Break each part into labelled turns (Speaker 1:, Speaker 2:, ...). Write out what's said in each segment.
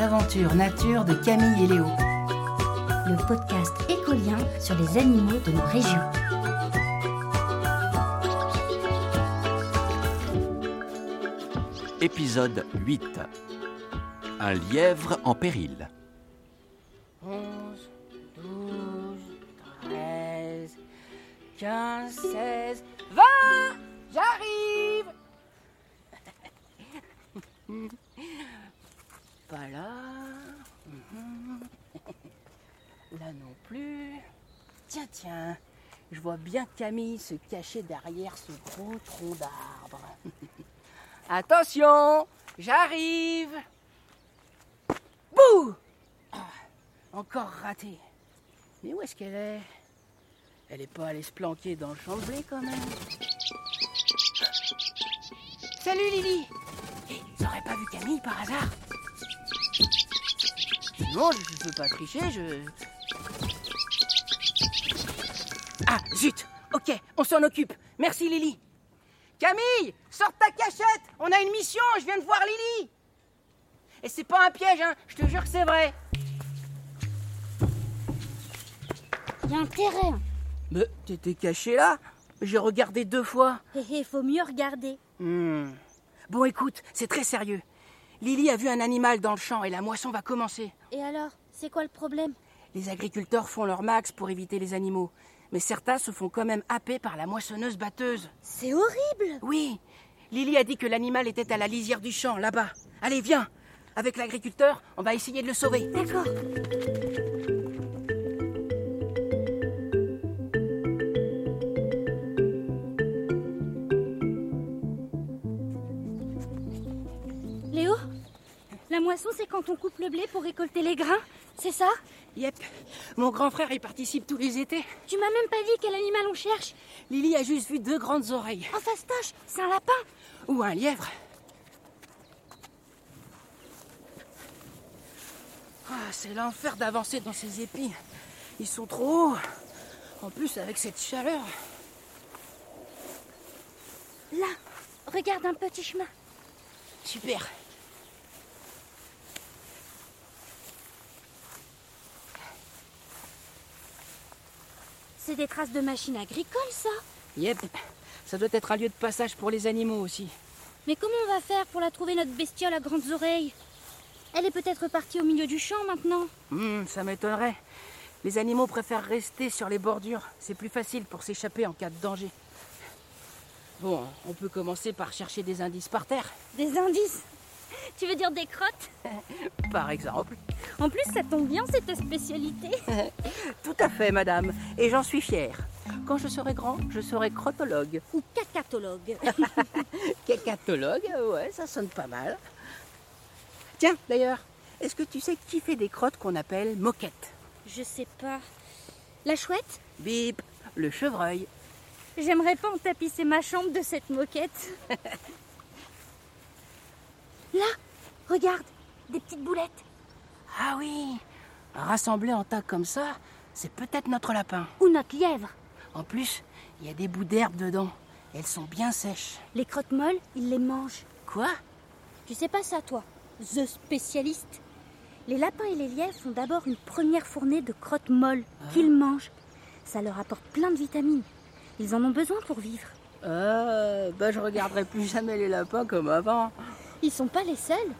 Speaker 1: Aventure Nature de Camille et Léo.
Speaker 2: le podcast écolien sur les animaux de nos régions.
Speaker 3: Épisode 8 Un lièvre en péril.
Speaker 4: 11, 12, 13, 15, 16, 20 J'arrive Pas là. Mhm. Là non plus. Tiens, tiens, je vois bien Camille se cacher derrière ce gros tronc d'arbre. Attention, j'arrive Bouh encore raté. Mais où est-ce qu'elle est Elle est pas allée se planquer dans le champ de blé quand même. Salut Lily Hé, T'aurais pas vu Camille par hasard Non, je ne peux pas tricher, je. Ah, zut Ok, on s'en occupe. Merci Lily. Camille, sors ta cachette On a une mission, je viens de voir Lily Et c'est pas un piège, hein Je te jure que c'est vrai
Speaker 2: Il y a intérêt.
Speaker 4: Mais t'étais caché là J'ai regardé deux fois.
Speaker 2: Hé hé, Eh, faut mieux regarder.
Speaker 4: Hmm. Bon, écoute, c'est très sérieux. Lily a vu un animal dans le champ et la moisson va commencer.
Speaker 2: Et alors, c'est quoi le problème
Speaker 4: Les agriculteurs font leur max pour éviter les animaux. Mais certains se font quand même happer par la moissonneuse batteuse.
Speaker 2: C'est horrible.
Speaker 4: Oui, Lily a dit que l'animal était à la lisière du champ, là-bas. Allez, viens Avec l'agriculteur, on va essayer de le sauver.
Speaker 2: D'accord. Léo, la moisson, c'est quand on coupe le blé pour récolter les grains, c'est ça
Speaker 4: Yep, mon grand frère y participe tous les étés.
Speaker 2: Tu m'as même pas dit quel animal on cherche.
Speaker 4: Lily a juste vu deux grandes oreilles.
Speaker 2: En fastoche, c'est un lapin.
Speaker 4: Ou un lièvre. Ah, c'est l'enfer d'avancer dans ces épis. Ils sont trop hauts. En plus, avec cette chaleur.
Speaker 2: Là, regarde un petit chemin.
Speaker 4: Super.
Speaker 2: C'est des traces de machines agricoles, ça.
Speaker 4: Yep. Ça doit être un lieu de passage pour les animaux aussi.
Speaker 2: Mais comment on va faire pour la trouver notre bestiole à grandes oreilles Elle est peut-être partie au milieu du champ maintenant.
Speaker 4: Hmm, ça m'étonnerait. Les animaux préfèrent rester sur les bordures. C'est plus facile pour s'échapper en cas de danger. Bon, on peut commencer par chercher des indices par terre,
Speaker 2: Des indices Tu veux dire des crottes
Speaker 4: par exemple.
Speaker 2: En plus, ça tombe bien, c'est ta spécialité.
Speaker 4: Tout à fait, madame, et j'en suis fière. Quand je serai grand, je serai crotologue.
Speaker 2: Ou cacatologue.
Speaker 4: Cacatologue, euh, ouais, ça sonne pas mal. Tiens, d'ailleurs, est-ce que tu sais qui fait des crottes qu'on appelle moquettes
Speaker 2: Je sais pas. La chouette
Speaker 4: Bip, le chevreuil.
Speaker 2: J'aimerais pas en tapisser ma chambre de cette moquette. Là, regarde, des petites boulettes.
Speaker 4: Ah oui, rassemblés en tas comme ça, c'est peut-être notre lapin.
Speaker 2: Ou notre lièvre.
Speaker 4: En plus, il y a des bouts d'herbe dedans. Elles sont bien sèches.
Speaker 2: Les crottes molles, il les mange.
Speaker 4: Quoi
Speaker 2: Tu sais pas ça, toi The spécialiste Les lapins et les lièvres font d'abord une première fournée de crottes molles qu'ils mangent. Ça leur apporte plein de vitamines. Ils en ont besoin pour vivre.
Speaker 4: Euh, bah je regarderai plus jamais les lapins comme avant.
Speaker 2: Ils sont pas les seuls.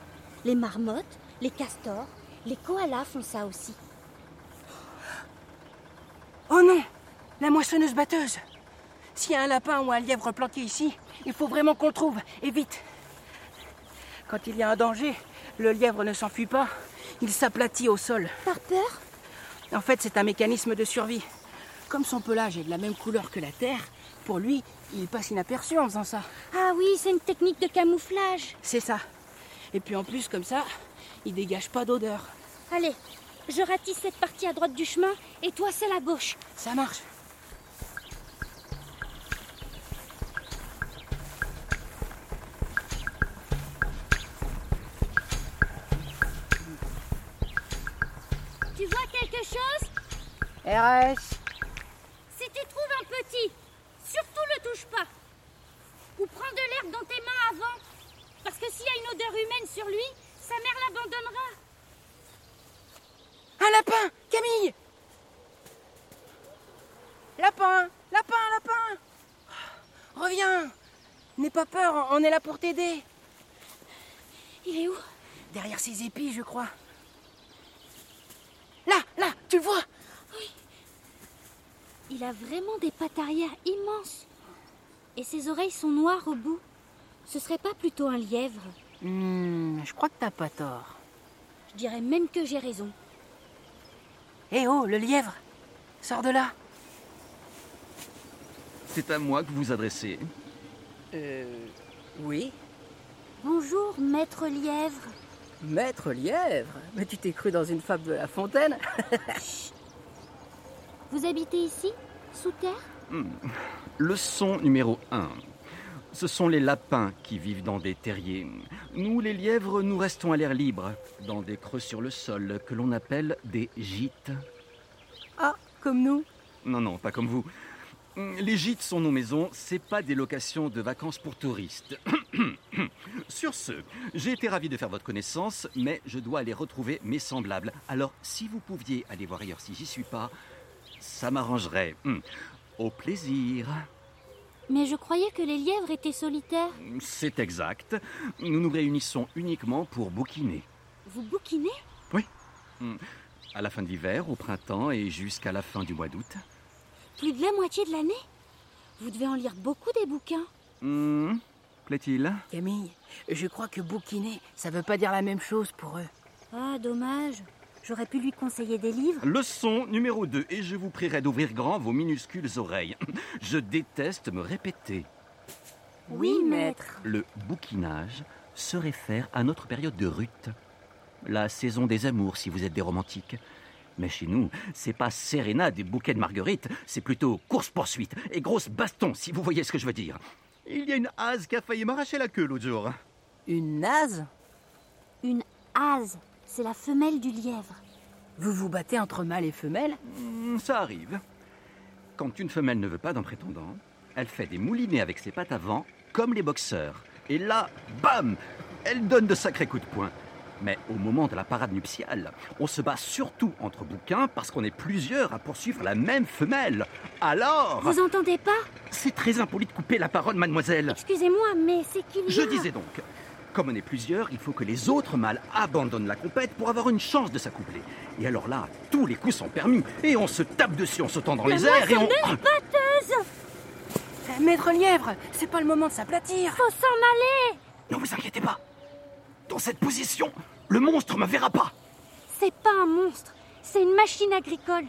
Speaker 2: Les marmottes, les castors, les koalas font ça aussi.
Speaker 4: Oh non La moissonneuse batteuse S'il y a un lapin ou un lièvre planqué ici, il faut vraiment qu'on le trouve, et vite Quand il y a un danger, le lièvre ne s'enfuit pas, il s'aplatit au sol.
Speaker 2: Par peur
Speaker 4: En fait, c'est un mécanisme de survie. Comme son pelage est de la même couleur que la terre, pour lui, il passe inaperçu en faisant ça.
Speaker 2: Ah oui, c'est une technique de camouflage.
Speaker 4: C'est ça. Et puis en plus, comme ça, il dégage pas d'odeur.
Speaker 2: Allez, je ratisse cette partie à droite du chemin et toi celle à gauche.
Speaker 4: Ça marche
Speaker 2: Tu vois quelque chose
Speaker 4: RS
Speaker 2: Si tu trouves un petit, surtout le touche pas. Ou prends de l'herbe dans tes mains avant. Parce que s'il y a une odeur humaine sur lui, sa mère l'abandonnera.
Speaker 4: Un lapin Camille Lapin Lapin Lapin Reviens N'aie pas peur, on est là pour t'aider.
Speaker 2: Il est où
Speaker 4: Derrière ces épis, je crois. Là, là, tu le vois
Speaker 2: Il a vraiment des pattes arrière immenses. Et ses oreilles sont noires au bout. Ce serait pas plutôt un lièvre
Speaker 4: Hmm, je crois que t'as pas tort.
Speaker 2: Je dirais même que j'ai raison.
Speaker 4: Eh oh, le lièvre Sors de là
Speaker 3: C'est à moi que vous vous adressez.
Speaker 5: Euh. Oui,
Speaker 2: Bonjour, maître lièvre.
Speaker 5: maître lièvre. Mais tu t'es cru dans une fable de la fontaine
Speaker 2: Vous habitez ici Sous terre
Speaker 3: Leçon numéro 1. Ce sont les lapins qui vivent dans des terriers. Nous, les lièvres, nous restons à l'air libre, dans des creux sur le sol que l'on appelle des gîtes.
Speaker 5: Ah, comme nous
Speaker 3: Non, non, pas comme vous. Les gîtes sont nos maisons, c'est pas des locations de vacances pour touristes. Sur ce, j'ai été ravi de faire votre connaissance, mais je dois aller retrouver mes semblables. Alors, si vous pouviez aller voir ailleurs si j'y suis pas, ça m'arrangerait. Hum. Au plaisir.
Speaker 2: Mais je croyais que les lièvres étaient solitaires.
Speaker 3: C'est exact. Nous nous réunissons uniquement pour bouquiner.
Speaker 2: Vous bouquinez
Speaker 3: À la fin de l'hiver, au printemps et jusqu'à la fin du mois d'août.
Speaker 2: Plus de la moitié de l'année Vous devez en lire beaucoup des bouquins.
Speaker 3: Hum, Plaît-il
Speaker 4: Camille, je crois que bouquiner, ça veut pas dire la même chose pour eux.
Speaker 2: Ah, dommage. J'aurais pu lui conseiller des livres.
Speaker 3: Leçon numéro 2, et je vous prierai d'ouvrir grand vos minuscules oreilles. Je déteste me répéter.
Speaker 2: Oui, maître.
Speaker 3: Le bouquinage se réfère à notre période de rut. La saison des amours, si vous êtes des romantiques. Mais chez nous, c'est pas sérénade et bouquet de marguerites, c'est plutôt course-poursuite et grosse baston, si vous voyez ce que je veux dire. Il y a une hase qui a failli m'arracher la queue l'autre jour.
Speaker 5: Une naze
Speaker 2: Une hase, c'est la femelle du lièvre.
Speaker 5: Vous vous battez entre mâle et femelle
Speaker 3: Hmm, Ça arrive. Quand une femelle ne veut pas d'un prétendant, elle fait des moulinets avec ses pattes avant, comme les boxeurs. Et là, bam Elle donne de sacrés coups de poing. Mais au moment de la parade nuptiale, on se bat surtout entre bouquins parce qu'on est plusieurs à poursuivre la même femelle. Alors,
Speaker 2: Vous entendez pas
Speaker 3: c'est très impoli de couper la parole, mademoiselle.
Speaker 2: Excusez-moi, mais c'est qu'il y
Speaker 3: Je
Speaker 2: a-
Speaker 3: disais donc, comme on est plusieurs, il faut que les autres mâles abandonnent la compète pour avoir une chance de s'accoupler. Et alors là, tous les coups sont permis et on se tape dessus en sautant dans les
Speaker 2: moi,
Speaker 3: airs et
Speaker 2: ça
Speaker 3: on. hum.
Speaker 4: Eh, Maître lièvre, c'est pas le moment de s'aplatir.
Speaker 2: Faut s'en aller
Speaker 3: Ne vous inquiétez pas. Dans cette position, le monstre me verra pas.
Speaker 2: C'est pas un monstre, c'est une machine agricole.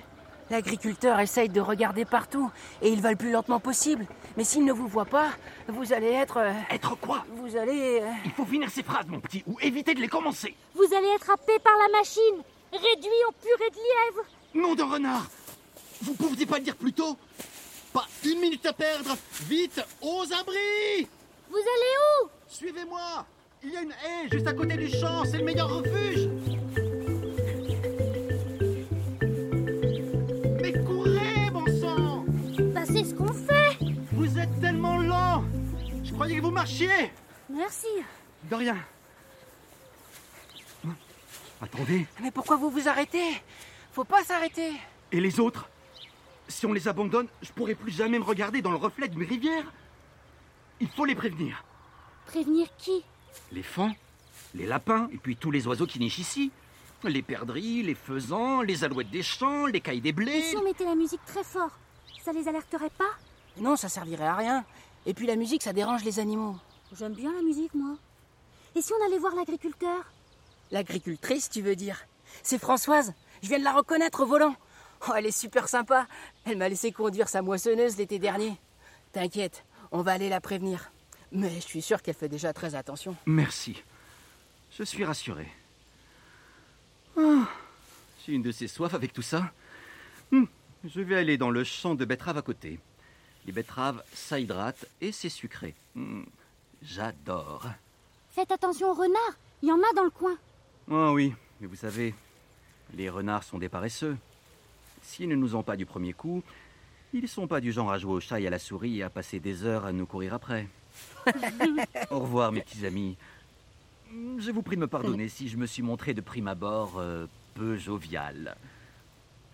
Speaker 4: L'agriculteur essaye de regarder partout et il va le plus lentement possible. Mais s'il ne vous voit pas, vous allez être. euh,
Speaker 3: Être quoi
Speaker 4: Vous allez. euh,
Speaker 3: Il faut finir ces phrases, mon petit, ou éviter de les commencer.
Speaker 2: Vous allez être happé par la machine, réduit en purée de lièvre.
Speaker 3: Nom de renard Vous pouviez pas le dire plus tôt Pas une minute à perdre Vite, aux abris
Speaker 2: Vous allez où
Speaker 3: Suivez-moi Il y a une haie juste à côté du champ, c'est le meilleur refuge Mais courez, bon sang
Speaker 2: Bah c'est ce qu'on fait.
Speaker 3: Vous êtes tellement lent Je croyais que vous marchiez
Speaker 2: Merci.
Speaker 3: De rien. Attendez,
Speaker 4: Mais pourquoi vous vous arrêtez Faut pas s'arrêter.
Speaker 3: et les autres Si on les abandonne, je pourrai plus jamais me regarder dans le reflet d'une rivière. Il faut les prévenir.
Speaker 2: Prévenir qui
Speaker 3: Les fans, les lapins, et puis tous les oiseaux qui nichent ici. Les perdrix, les faisans, les alouettes des champs, les cailles des
Speaker 2: Et
Speaker 3: blés.
Speaker 2: si on mettait la musique très fort, ça les alerterait pas
Speaker 4: Non, ça servirait à rien. Et puis la musique, ça dérange les animaux.
Speaker 2: J'aime bien la musique, moi. Et si on allait voir l'agriculteur
Speaker 4: L'agricultrice, tu veux dire C'est Françoise. Je viens de la reconnaître au volant. Oh, elle est super sympa. Elle m'a laissé conduire sa moissonneuse l'été dernier. T'inquiète, on va aller la prévenir. Mais je suis sûre qu'elle fait déjà très attention.
Speaker 3: Merci. Je suis rassuré. Ah, J'ai une de ces soifs avec tout ça. Hmm, Je vais aller dans le champ de betteraves à côté. Les betteraves, ça hydrate et c'est sucré. Hmm, J'adore.
Speaker 2: Faites attention aux renards, il y en a dans le coin.
Speaker 3: Ah oui, mais vous savez, les renards sont des paresseux. S'ils ne nous ont pas du premier coup, ils ne sont pas du genre à jouer au chat et à la souris et à passer des heures à nous courir après. au revoir, mes petits amis. Je vous prie de me pardonner si je me suis montré de prime abord euh, peu jovial.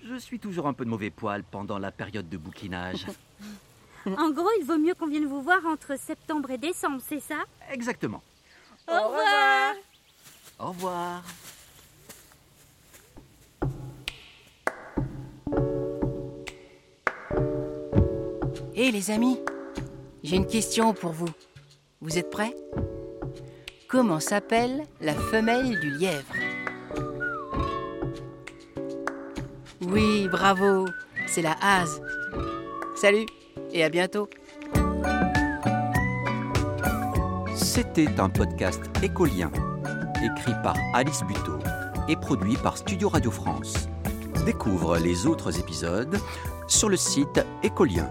Speaker 3: Je suis toujours un peu de mauvais poil pendant la période de bouquinage.
Speaker 2: En gros, il vaut mieux qu'on vienne vous voir entre septembre et décembre, c'est ça
Speaker 3: Exactement.
Speaker 2: Au revoir
Speaker 3: Au revoir.
Speaker 4: Hé Eh, les amis, j'ai une question pour vous. Vous êtes prêts Comment s'appelle la femelle du lièvre Oui, bravo, c'est la hase. Salut et à bientôt.
Speaker 3: C'était un podcast écolien, écrit par Alice Buteau et produit par Studio Radio France. Découvre les autres épisodes sur le site écolien.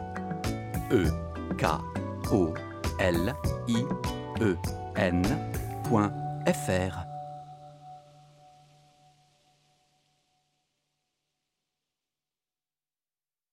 Speaker 3: E K O L I E N.fr.